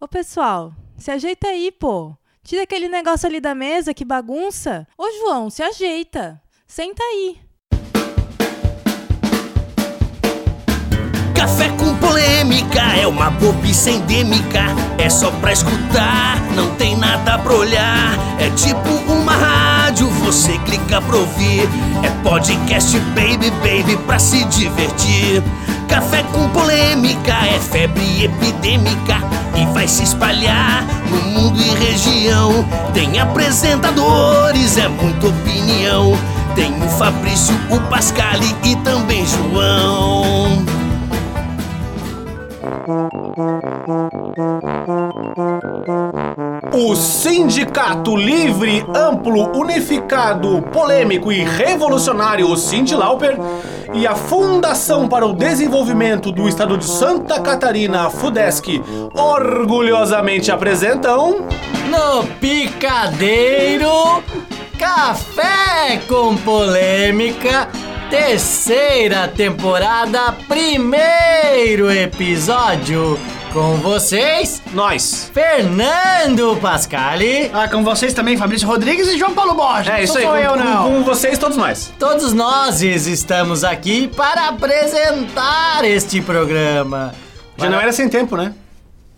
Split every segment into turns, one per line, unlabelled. Ô pessoal, se ajeita aí, pô. Tira aquele negócio ali da mesa, que bagunça. Ô João, se ajeita. Senta aí.
Café com polêmica é uma bobice endêmica. É só pra escutar, não tem nada pra olhar. É tipo uma rádio, você clica pra ouvir. É podcast, baby, baby, pra se divertir. Café com polêmica é febre epidêmica e vai se espalhar no mundo e região. Tem apresentadores, é muita opinião. Tem o Fabrício, o Pascal e também João.
O Sindicato Livre, Amplo, Unificado, Polêmico e Revolucionário Sindilauper e a Fundação para o Desenvolvimento do Estado de Santa Catarina, a FUDESC, orgulhosamente apresentam.
No Picadeiro, Café com Polêmica, terceira temporada, primeiro episódio. Com vocês,
Nós.
Fernando Pascali.
Ah, com vocês também, Fabrício Rodrigues e João Paulo Borges.
É isso
não
aí,
sou
com,
eu,
com-
não.
com vocês, todos nós.
Todos nós estamos aqui para apresentar este programa.
Já não era sem tempo, né?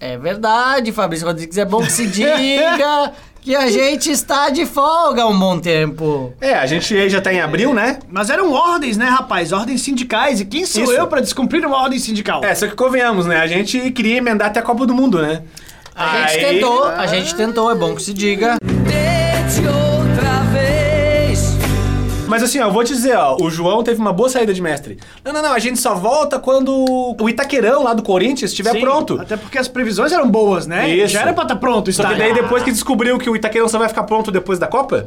É verdade, Fabrício Rodrigues, é bom que se diga que a gente está de folga há um bom tempo.
É, a gente aí já tá em abril, né?
Mas eram ordens, né, rapaz? Ordens sindicais. E quem sou
Isso.
eu pra descumprir uma ordem sindical?
É, só que convenhamos, né? A gente queria emendar até a Copa do Mundo, né?
A gente
Aí-
tentou, a gente tentou, é bom que se diga.
Mas assim, ó, eu vou te dizer, ó, o João teve uma boa saída de mestre. Não, não, não, a gente só volta quando o Itaquerão lá do Corinthians estiver
Sim,
Tá pronto.
Até porque as previsões eram boas, né?
Isso.
Já era pra estar pronto o
Só que
estádio.
daí depois que descobriu que o Itaquerão só vai ficar pronto depois da Copa,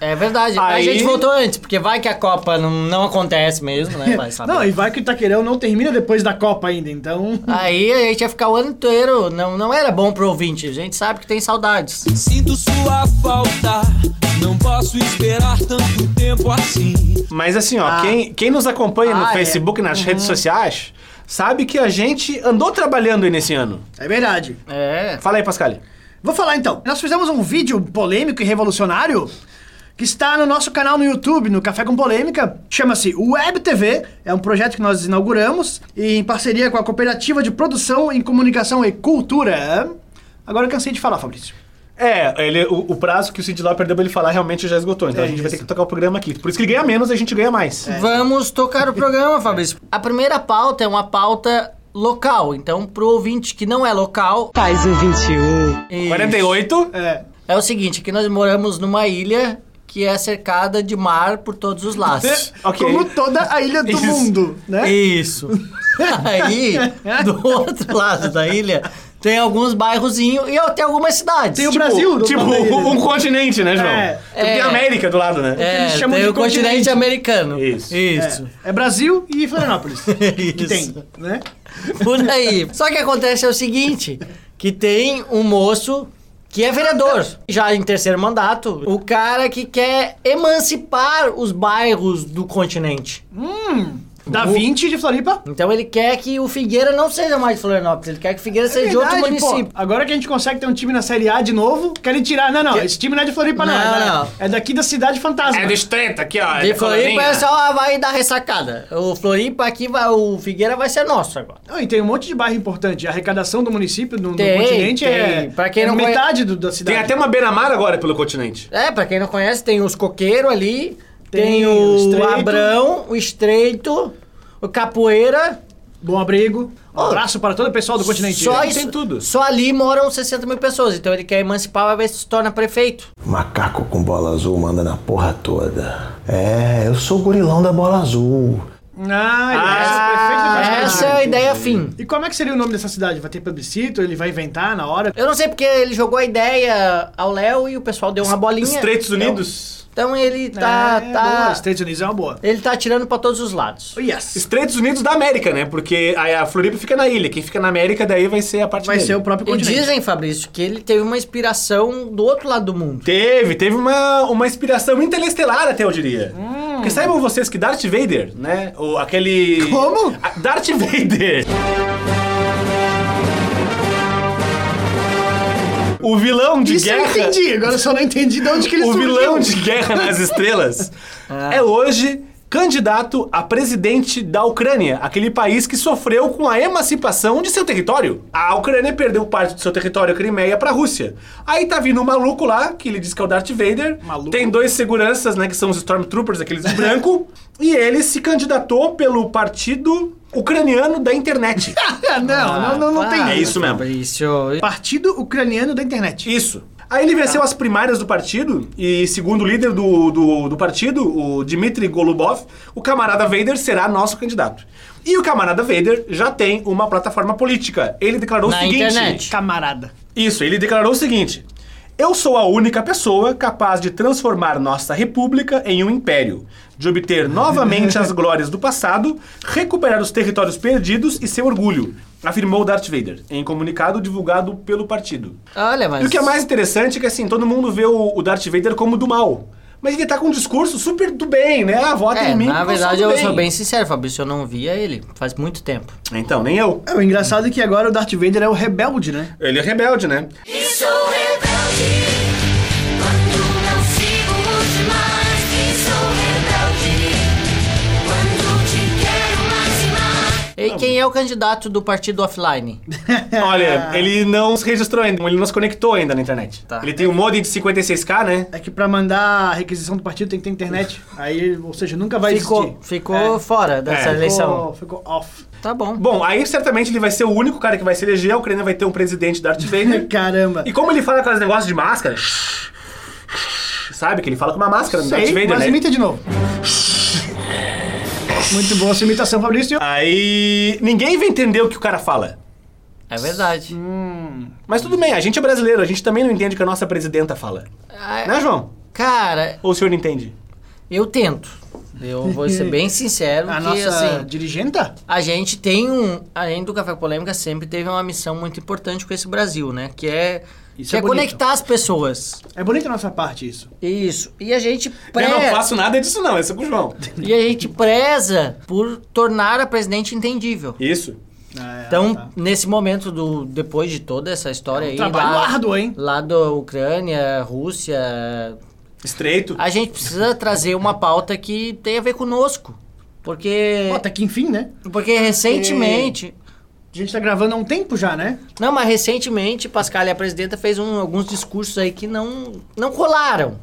É verdade. A
Aí-
gente voltou antes, porque vai que a Copa não, não acontece mesmo, né? Vai saber.
Não, e vai que o Itaquerão não termina depois da Copa ainda, então...
Aí a gente ia ficar o ano inteiro. Não, não era bom pro ouvinte. A gente sabe que tem saudades.
Sinto sua falta, não posso esperar tanto tempo assim.
Mas assim, ó, quem, quem nos acompanha no
Ah, é. Uhum.
Facebook, nas redes sociais, sabe que a gente andou trabalhando aí nesse ano.
É verdade.
É.
Fala aí, Pascal.
Vou falar então. Nós fizemos um vídeo polêmico e revolucionário que está no nosso canal no YouTube, no Café com Polêmica. Chama-se Web TV. É um projeto que nós inauguramos em parceria com a Cooperativa de Produção em Comunicação e Cultura. Agora eu cansei de falar, Fabrício.
É, ele, o, o prazo que o Sid Lauper deu pra ele falar realmente já esgotou, então
É
a gente vai ter
isso.
que tocar o programa aqui. Por isso que ele ganha menos, a gente ganha mais.
Vamos tocar o programa, Fabrício. A primeira pauta é uma pauta local. Então, pro ouvinte que não é local. Faz o 21.
48?
É.
É o seguinte: que nós moramos numa ilha que é cercada de mar por todos os
É.
lados.
Ok.
Como toda a ilha do
Isso.
mundo, né?
Isso. Aí, do outro lado da ilha, tem alguns bairrozinhos e tem algumas cidades.
Tem um o
Tipo,
Brasil, do
Tipo,
lado da ilha.
um continente, né, João?
É.
Tipo, Tem a América do lado, né?
é,
eles chamam
tem
de
o continente,
continente.
americano.
Isso.
Isso.
É. É Brasil e Florianópolis. É, que
Isso.
tem, né?
Por aí. Só que acontece é o seguinte, que tem um moço que é vereador, já em terceiro mandato, o cara que quer emancipar os bairros do continente.
Da 20 de Floripa.
Então ele quer que o Figueira não seja mais de Florianópolis, ele quer que o Figueira seja de outro
É Verdade, pô.
município.
Agora que a gente consegue ter um time na Série A de novo, querem tirar. Não, não, esse time não é de Floripa, não.
Não,
é, da-
não.
é daqui da Cidade Fantasma.
É distrito aqui, ó.
De
da
Floripa
colorinha.
é só vai dar ressacada. O Floripa aqui, vai, o Figueira vai ser nosso agora.
Não, e tem um monte de bairro importante. A arrecadação do município, do, do
Tem,
continente, é,
tem. Pra quem
é
não conhe-
metade do- da
Tem
cidade.
até um uma beira-mar agora pelo continente.
É, pra quem não conhece, tem os coqueiros ali, tem,
Tem
o,
o Estreito.
Abrão, o Estreito, o Capoeira.
Bom abrigo. Um
Ô,
abraço para todo o pessoal do continente.
Só
tem
isso,
tudo.
Só ali moram 60 mil pessoas, então ele quer emancipar, vai ver se se torna prefeito.
Macaco Tá com bola azul manda na porra toda. É, eu sou o gorilão da bola azul.
Ah, ele é prefeito do
Essa
continente.
é a ideia fim.
E como é que seria o nome dessa cidade? Vai ter plebiscito? Ele vai inventar na hora?
Eu não sei porque ele jogou a ideia ao Léo e o pessoal deu uma bolinha.
Estreitos Unidos?
Então ele tá.
é,
tá
Boa. Estados Unidos é uma boa.
ele tá atirando pra todos os lados.
Yes.
Estreitos Unidos da América, né? Porque a a Floripa fica na ilha. Quem fica na América daí vai ser a parte
Vai
dele.
ser o próprio
E
continente.
dizem, Fabrício, que ele teve uma inspiração do outro lado do mundo.
Teve, teve uma, uma inspiração interestelar até, eu diria.
Hum.
Porque saibam vocês que Darth Vader, né? Ou aquele...
Como?
A- Darth Vader. O vilão de
Isso eu
guerra.
entendi, agora eu só não entendi de onde que ele
O
surgiu.
vilão de Guerra nas Estrelas é hoje candidato a presidente da Ucrânia, aquele país que sofreu com a emancipação de seu território. A Ucrânia perdeu parte do seu território, a Crimeia, pra Rússia. Aí tá vindo um maluco lá, que ele diz que é o Darth Vader.
Maluco.
Tem dois seguranças, né, que são os Stormtroopers, aqueles branco. e ele se candidatou pelo partido ucraniano da internet.
Ah, não, não, não, não tem
É isso mesmo.
Ah, Fabrício.
Partido Ucraniano da Internet.
Isso. Aí ele
Tá.
venceu as primárias do partido e, segundo o líder do, do, do partido, o Dmitry Golubov, o camarada Vader será nosso candidato. E o camarada Vader já tem uma plataforma política. Ele declarou o
Na
seguinte...
internet.
Camarada.
Isso, ele declarou o seguinte: Eu sou a única pessoa capaz de transformar nossa república em um império, de obter novamente as glórias do passado, recuperar os territórios perdidos e seu orgulho, afirmou Darth Vader em comunicado divulgado pelo partido.
Olha, mas.
E o que é mais interessante é que assim, todo mundo vê o, o Darth Vader como do mal. Mas ele tá com um discurso super do bem, né? Ah, vota
É,
em mim.
na
porque eu
verdade,
do
eu sou bem sincero, Fabrício. Eu não via ele faz muito tempo.
Então, nem eu.
É, o engraçado é que agora o Darth Vader é o rebelde, né?
Ele é rebelde, né?
E sou é rebelde quando não sigo os demais. E sou rebelde quando te quero mais e mais.
E quem é o candidato do partido offline?
Olha, ele não se registrou ainda, ele não se conectou ainda na internet.
Tá.
Ele tem um modem de 56k, né?
É que pra mandar a requisição do partido tem que ter internet. Aí, ou seja, nunca vai
Ficou,
existir.
ficou fora dessa
É.
eleição.
Ficou, ficou off.
Tá bom.
Bom, aí certamente ele vai ser o único cara que vai se eleger, a Ucrânia vai ter um presidente Darth Vader.
Caramba.
e como ele fala aqueles negócios de máscara, sabe que ele fala com uma máscara no Darth
Sei,
Vader,
mas
né?
imita de novo. Muito boa essa imitação, Fabrício.
Ah, Aí ninguém vai entender o que o cara fala.
É verdade.
Mas tudo bem, a gente é brasileiro, a gente também não entende o que a nossa presidenta fala.
Ah,
Né, João?
Cara,
Ou o senhor entende?
eu tento. Eu vou ser bem sincero
A
que,
nossa
assim,
dirigenta?
a gente tem um... Além do Café com Polêmica, sempre teve uma missão muito importante com esse Brasil, né? Que é,
Isso
que
é
é,
bonito.
conectar as pessoas.
É bonita a nossa parte isso.
Isso. E a gente... Pré...
é
Eu não faço nada disso não, esse é pro João.
né?
E a gente preza por tornar a presidente entendível.
Isso.
É,
Então,
tá. É um
nesse momento do depois de toda essa história aí,
trabalho
lá,
árduo, hein?
lá da Ucrânia, Rússia,
Estreito.
a gente precisa trazer uma pauta que tenha a ver conosco, porque
Pô, até que enfim, né?
porque recentemente,
A gente tá gravando há um tempo já, né?
não, mas recentemente Pascal, a presidenta fez um- alguns discursos aí que não não colaram.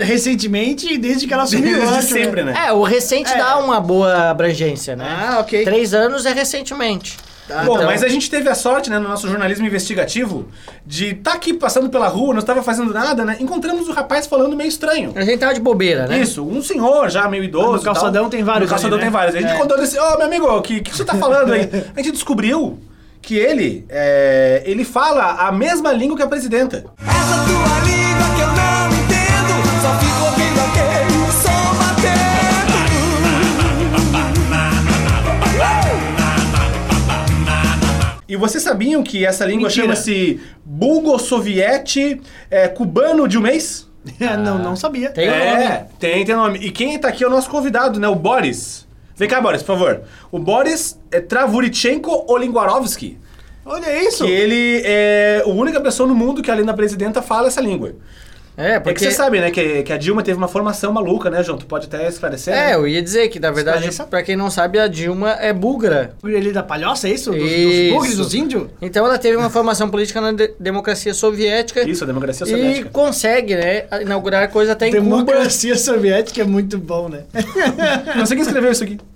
Recentemente, desde que ela assumiu. eu
Desde
acho,
sempre, né?
É, o recente
É.
dá uma boa abrangência, né?
Ah, ok. Tá,
Três anos é recentemente.
É,
Bom,
Então-
mas a gente teve a sorte, né, no nosso jornalismo investigativo, de estar aqui passando pela rua, não estava fazendo nada, né? Encontramos o rapaz falando meio estranho.
A gente tava de bobeira, né?
Isso, um senhor já meio idoso.
É. No calçadão
e tal.
tem vários
No calçadão
ali, né?
tem vários. A gente
É.
contou desse. Ô, meu amigo, o que, que você tá falando aí? A gente descobriu que ele. é, ele fala a mesma língua que a presidenta.
Essa tua língua que eu não entendo, só fico ouvindo aquele som batendo.
E vocês sabiam que essa língua
Mentira.
chama-se Bulgo-Soviete é, Cubano de um mês?
não, não sabia.
Tem o
é,
nome.
tem, tem nome. E quem tá aqui é o nosso convidado, né? O Boris. Vem cá, Boris, por favor. O Boris é Travurichenko Olinguarovski.
Olha isso.
Que ele é a única pessoa no mundo que, além da presidenta, fala essa língua.
É,
É que você sabe, né? Que, que a Dilma teve uma formação maluca, né, João? Tu pode até esclarecer.
É,
né?
eu ia dizer que, na verdade,
Esclareça.
pra quem não sabe, a Dilma é búlgara.
Ele da palhoça, é isso? Dos,
Isso.
dos bugres, dos índios?
Então ela teve uma formação política na de- democracia soviética
Isso, a democracia
e
soviética.
consegue, né, inaugurar coisa até em
Democracia soviética é muito bom, né?
Não sei quem escreveu isso aqui.
Cuba.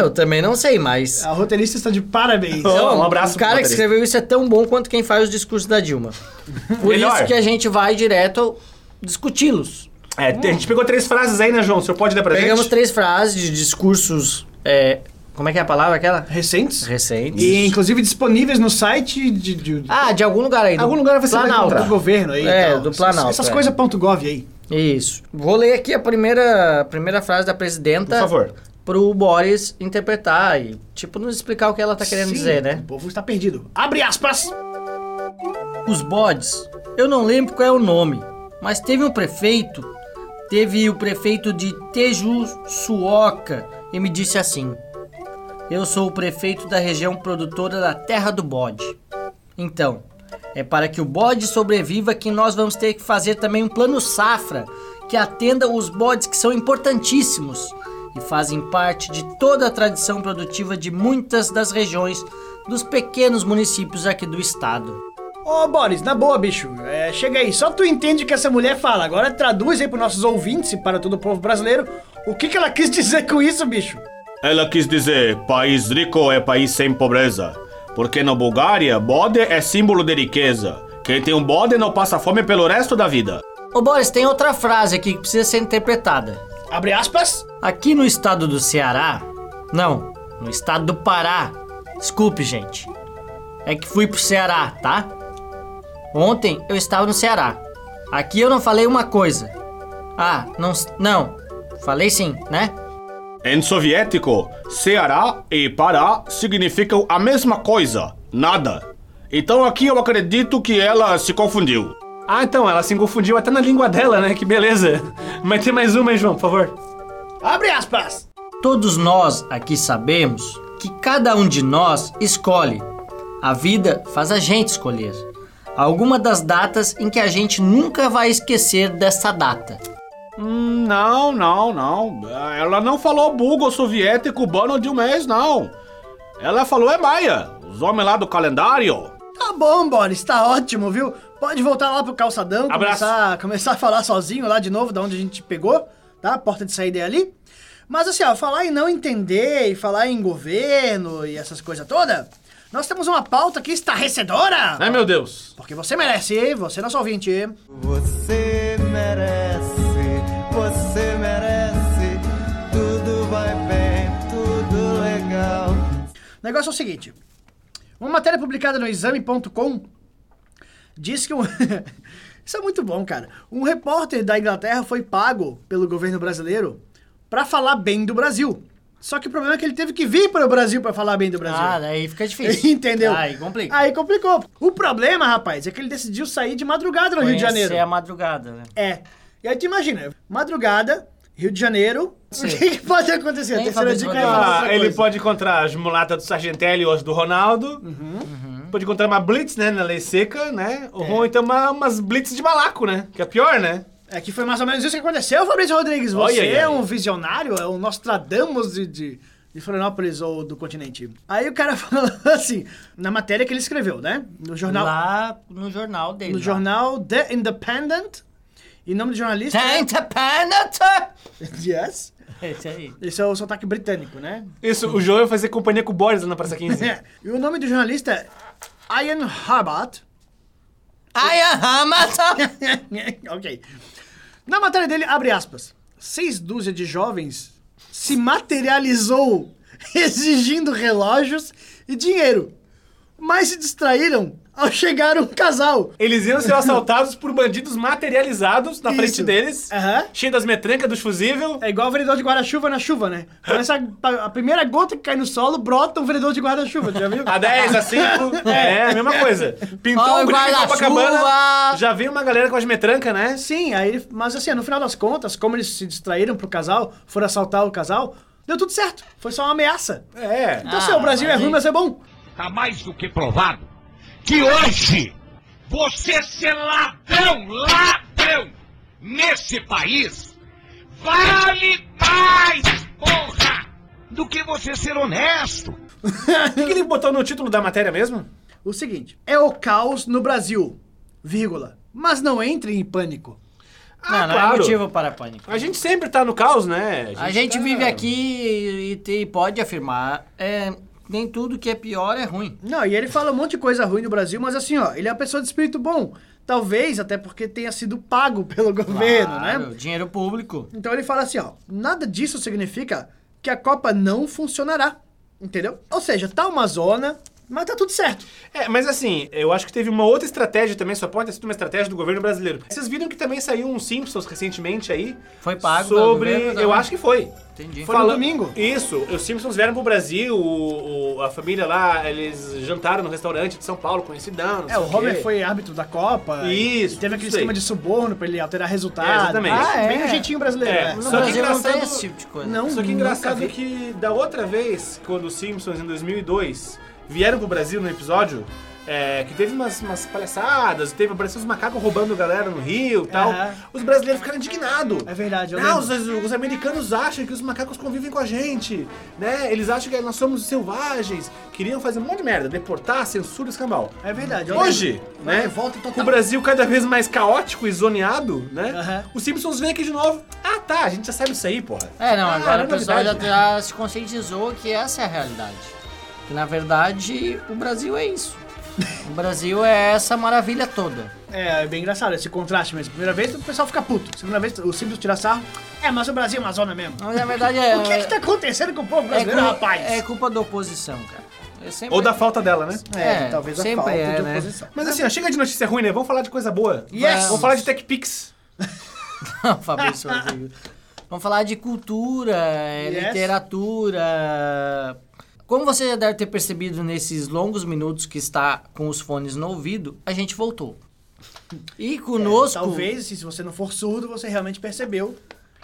Eu também não sei, mas...
A roteirista está de parabéns.
Oh.
Então, um abraço
O
pro
cara que
roteirista.
escreveu isso é tão bom quanto quem faz os discursos da Dilma. Por
Melhor.
isso que a gente vai direto discuti-los.
É, a gente pegou três frases aí, né, João? O senhor pode dar pra
Pegamos
gente?
três frases de discursos... é, como é que é a palavra aquela?
Recentes?
Recentes.
E inclusive disponíveis no site de, de-
Ah, de algum lugar aí. do
Algum lugar você vai
Planalto.
do governo aí. e
É,
tal.
do Planalto,
Essas
é.
coisas ponto .gov aí.
Isso. Vou ler aqui a primeira, a primeira frase da presidenta.
Por favor.
Pro Boris interpretar e, tipo, nos explicar o que ela tá querendo
Sim,
dizer, né?
O povo está perdido. Abre aspas.
Os bodes, eu não lembro qual é o nome, mas teve um prefeito, teve o prefeito de Tejuçuoca e me disse assim: Eu sou o prefeito da região produtora da Terra do Bode. Então, É para que o bode sobreviva que nós vamos ter que fazer também um plano safra que atenda os bodes que são importantíssimos e fazem parte de toda a tradição produtiva de muitas das regiões dos pequenos municípios aqui do estado.
Ô, Boris, na boa, bicho. É, chega aí, só tu entende o que essa mulher fala. Agora traduz aí pros nossos ouvintes e para todo o povo brasileiro o que, que ela quis dizer com isso, bicho.
Ela quis dizer: país rico é país sem pobreza. Porque na Bulgária, bode é símbolo de riqueza. Quem tem um bode não passa fome pelo resto da vida.
Ô Boris, tem outra frase aqui que precisa ser interpretada.
Abre aspas.
Aqui no estado do Ceará, não, no estado do Pará. Desculpe, gente. É que fui pro Ceará, tá? Ontem eu estava no Ceará. Aqui eu não falei uma coisa. Ah, não, s- não. Falei sim, né?
Em soviético, Ceará e Pará significam a mesma coisa, nada. Então aqui eu acredito que ela se confundiu.
Ah, então, ela se confundiu até na língua dela, né? Que beleza. Mas tem mais uma aí, João, por favor.
Abre aspas.
Todos nós aqui sabemos que cada um de nós escolhe. A vida faz a gente escolher. Alguma das datas em que a gente nunca vai esquecer dessa data.
Hum, Não, não, não. Ela não falou bugo soviético cubano de um mês, não. Ela falou é maia, os homens lá do calendário.
Tá bom, Boris, tá ótimo, viu? Pode voltar lá pro calçadão,
Abraço.
começar, começar a falar sozinho lá de novo, da onde a gente pegou, tá? A porta de saída é ali. Mas assim, ó, falar em não entender e falar em governo e essas coisas todas, nós temos uma pauta aqui estarrecedora!
Ai, É, meu Deus.
Porque você merece, você nosso ouvinte.
Você merece, você merece. Tudo vai bem, tudo legal.
O negócio é o seguinte. Uma matéria publicada no exame.com diz que um... Isso é muito bom, cara. Um repórter da Inglaterra foi pago pelo governo brasileiro pra falar bem do Brasil. Só que o problema é que ele teve que vir para o Brasil pra falar bem do Brasil.
Ah, daí fica difícil. Ah,
Entendeu? Ah,
Aí complica.
Aí complicou. O problema, rapaz, é que ele decidiu sair de madrugada no Rio de
Conhecer
Janeiro.
a madrugada, né?
É. E aí tu imagina, madrugada, Rio de Janeiro, o que, que pode acontecer? A
Nem
terceira
Fabrício
dica é
Rodrigues.
falar
Ah,
essa
ele
coisa.
pode encontrar as mulatas do Sargentelli ou as do Ronaldo.
Uhum.
Pode encontrar uma blitz, né? Na lei seca, né? Ou então uma, umas blitz de malaco, né? Que é pior, né?
É que foi mais ou menos isso que aconteceu, Fabrício Rodrigues. Você
Olha aí.
é um visionário, é um Nostradamus de, de, de Florianópolis ou do continente. Aí o cara falou assim, na matéria que ele escreveu, né? No jornal,
Lá no jornal dele.
no
lá.
jornal The Independent. E nome do jornalista
The
é...
Independent!
Yes.
Esse aí.
Esse é o sotaque britânico, né?
Isso, o João ia fazer companhia com o Boris lá na Praça 15.
É. E o nome do jornalista é Ian Harbat.
Aya
tá-
Hamata!
ok. Na matéria dele, abre aspas. Seis dúzias de jovens se materializou exigindo relógios e dinheiro, mas se distraíram ao chegar um casal.
Eles iam ser assaltados por bandidos materializados na frente
Isso.
deles,
Aham.
cheio das metrancas, dos fuzível.
É igual o vendedor de guarda-chuva na chuva, né? Começa a, a primeira gota que cai no solo, brota um vendedor de guarda-chuva, tu já viu?
A 10, a 5, é a mesma coisa. Pintou
Ó,
um grito em
guarda-chuva.
Copacabana, já veio uma galera com as metrancas, né?
Sim, aí, ele- mas assim, no final das contas, como eles se distraíram pro casal, foram assaltar o casal, deu tudo certo. Foi só uma ameaça.
É.
Então, assim, o Brasil é ruim, mas é bom.
Tá mais do que provado que hoje você ser ladrão, ladrão nesse país vale mais, porra, do que você ser honesto.
O que, que ele botou no título da matéria mesmo?
o seguinte: é o caos no Brasil, vírgula. Mas não entre em pânico.
não, não
claro.
é motivo para pânico.
A gente sempre tá no caos, né?
A gente
tá-
vive aqui e, e te- pode afirmar, é, nem tudo que é pior é ruim.
Não, e ele fala um monte de coisa ruim no Brasil, mas assim, ó, ele é uma pessoa de espírito bom. Talvez até porque tenha sido pago pelo governo,
Claro,
né?
Dinheiro público.
Então ele fala assim, ó, nada disso significa que a Copa não funcionará, entendeu? Ou seja, tá uma zona, mas tá tudo certo.
É, mas assim, eu acho que teve uma outra estratégia também, só pode ter sido uma estratégia do governo brasileiro. Vocês viram que também saiu um Simpsons recentemente aí?
Foi pago pelo
Sobre.
governo,
eu
não?
acho que foi.
Entendi.
Foi no domingo?
Isso, os Simpsons vieram pro Brasil, o- o- a família lá, eles jantaram no restaurante de São Paulo, conhecidão. não
É, o
sei
Homer
quê.
foi árbitro da Copa.
Isso,
E teve aquele
isso aí.
esquema de suborno pra ele alterar resultado.
É, exatamente.
Ah, é. Bem
é.
o jeitinho brasileiro.
É,
né?
No
Só que
Brasil não tem
engraçado-
esse tipo de coisa.
Não,
Só que
Hum, nunca
engraçado
vi.
que da outra vez, quando os Simpsons em 2002 vieram pro Brasil no episódio,
é, que teve umas, umas palhaçadas, teve apareceu os macacos roubando galera no Rio e tal.
Aham.
Os brasileiros ficaram indignados.
É verdade, eu
Não, os,
lembro.
os americanos acham que os macacos convivem com a gente, né? Eles acham que nós somos selvagens, queriam fazer um monte de merda, deportar, censura, escambau.
É verdade. eu
Hoje,
lembro. Uma
né,
revolta total.
com o Brasil cada vez mais caótico e zoneado, né,
Aham.
os Simpsons vêm aqui de novo. Ah, tá, a gente já sabe isso aí, porra.
É, não,
Ah,
agora
é
o pessoal já,
novidade.
já se conscientizou que essa é a realidade. Que na verdade o Brasil é isso. O Brasil é essa maravilha toda.
É, é bem engraçado esse contraste mesmo. Primeira vez o pessoal fica puto. Segunda vez o Simples tira sarro. É, mas o Brasil é uma zona mesmo.
Mas na verdade é.
O que que tá acontecendo com o povo
é,
brasileiro,
cu-
rapaz?
é culpa da oposição, cara. É sempre-
Ou da falta dela, né?
é,
É, talvez a
sempre
falta
é,
de
né?
oposição.
Mas assim, ó, chega de notícia ruim, né? Vamos falar de coisa boa.
Yes!
Vamos falar de Tech Pix.
Fabrício Rodrigues. Vamos falar de cultura, é,
Yes.
literatura. Como você já deve ter percebido nesses longos minutos que está com os fones no ouvido, a gente voltou. E conosco,
É, Talvez, assim, se você não for surdo, você realmente percebeu.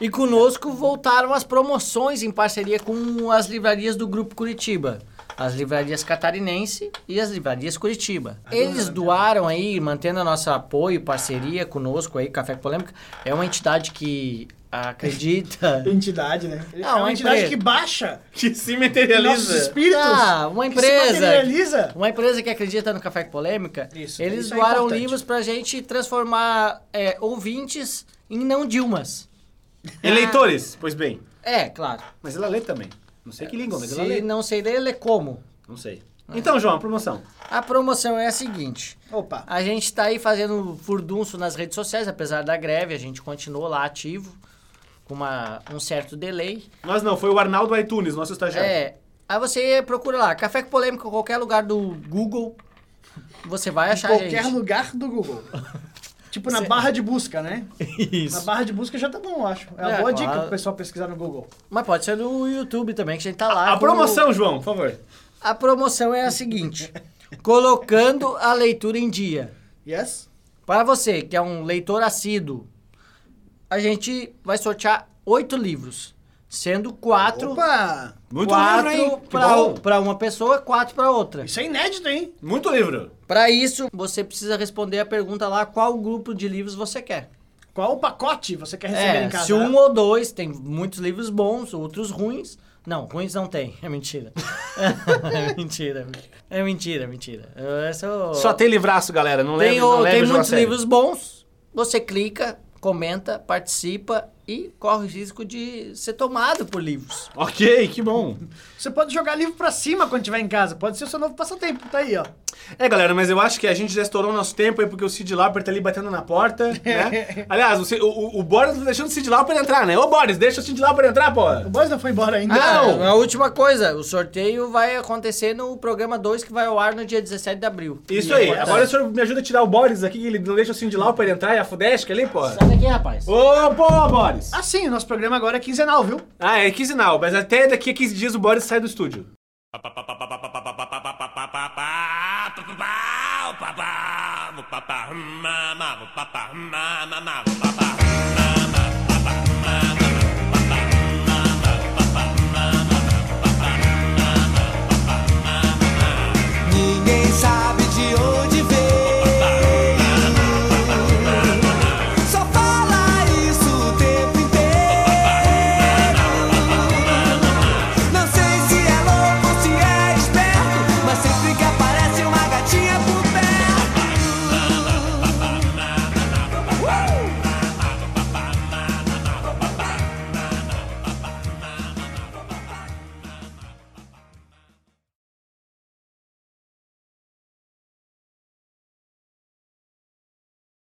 e conosco voltaram as promoções em parceria com as livrarias do Grupo Curitiba. As livrarias catarinense e as livrarias Curitiba. Eles doaram aí, mantendo nosso apoio, parceria conosco aí, Café com Polêmica. É uma entidade que acredita.
Entidade, né?
Não,
é uma
uma
entidade
empresa.
que baixa
Que se
nossos
materializa.
espíritos.
Ah, uma
que
empresa.
se materializa.
Uma empresa que acredita no Café com Polêmica,
Isso,
eles
isso é
doaram
importante.
livros pra gente transformar é, ouvintes em não Dilmas.
Eleitores, pois bem.
É, claro.
Mas ela lê também. Não sei é que língua, mas ela
Se
lê.
não sei ler, lê como.
Não sei.
É.
Então, João, promoção.
A promoção é a seguinte.
Opa.
A gente tá aí fazendo furdunço nas redes sociais, apesar da greve, a gente continuou lá ativo, com uma, um certo delay.
Nós não, foi o Arnaldo iTunes, nosso estagiário.
É. Aí você procura lá, Café com Polêmica, em qualquer lugar do Google, você vai achar a
qualquer
gente.
lugar do Google. tipo na barra de busca, né?
Isso.
Na barra de busca já tá bom, eu acho. É uma
É,
boa
claro.
dica pro pessoal pesquisar no Google.
Mas pode ser no YouTube também, que a gente tá lá.
A
com-
promoção, João, por favor.
A promoção é a seguinte: colocando a leitura em dia.
Yes?
Para você que é um leitor assíduo, a gente vai sortear oito livros, sendo quatro,
Opa!
Muito livro, hein? Que bom.
quatro para uma pessoa, quatro para outra.
Isso é inédito, hein?
Muito livro.
Para isso, você precisa responder a pergunta lá: qual grupo de livros você quer?
Qual o pacote você quer receber
É,
em casa?
né?
né?
se um ou dois, tem muitos livros bons, outros ruins. Não, ruins não tem. É mentira. é mentira. É mentira, é mentira. Eu sou...
Só tem livraço, galera. Não
Oh. Tem,
leve,
o-
não leve
tem
o João a
muitos
sério.
livros bons. Você clica, comenta, participa e corre o risco de ser tomado por livros.
Ok, que bom.
Você pode jogar livro pra cima quando tiver em casa. Pode ser o seu novo passatempo. Tá aí, ó.
É, galera, mas eu acho que a gente já estourou nosso tempo aí, porque o Cid Lauper tá ali batendo na porta, né? Aliás, o, Ci- o- o, o Boris tá deixando o Cid Lauper entrar, né? Ô, Boris, deixa o Cid Lauper entrar, pô.
O Boris não foi embora ainda.
Ah, a última coisa, o sorteio vai acontecer no programa 2 que vai ao ar no dia 17 de abril. é
Isso aí, agora o senhor me ajuda a tirar o Boris aqui, que ele não deixa o Cindy Lauper entrar e a Fudesc ali, porra.
Sai daqui, rapaz.
Ô, pô, Boris!
Ah, sim, o nosso programa agora é quinzenal, viu?
Ah, é quinzenal, mas até daqui a 15 dias o Boris sai do estúdio.
Ninguém sabe de onde. é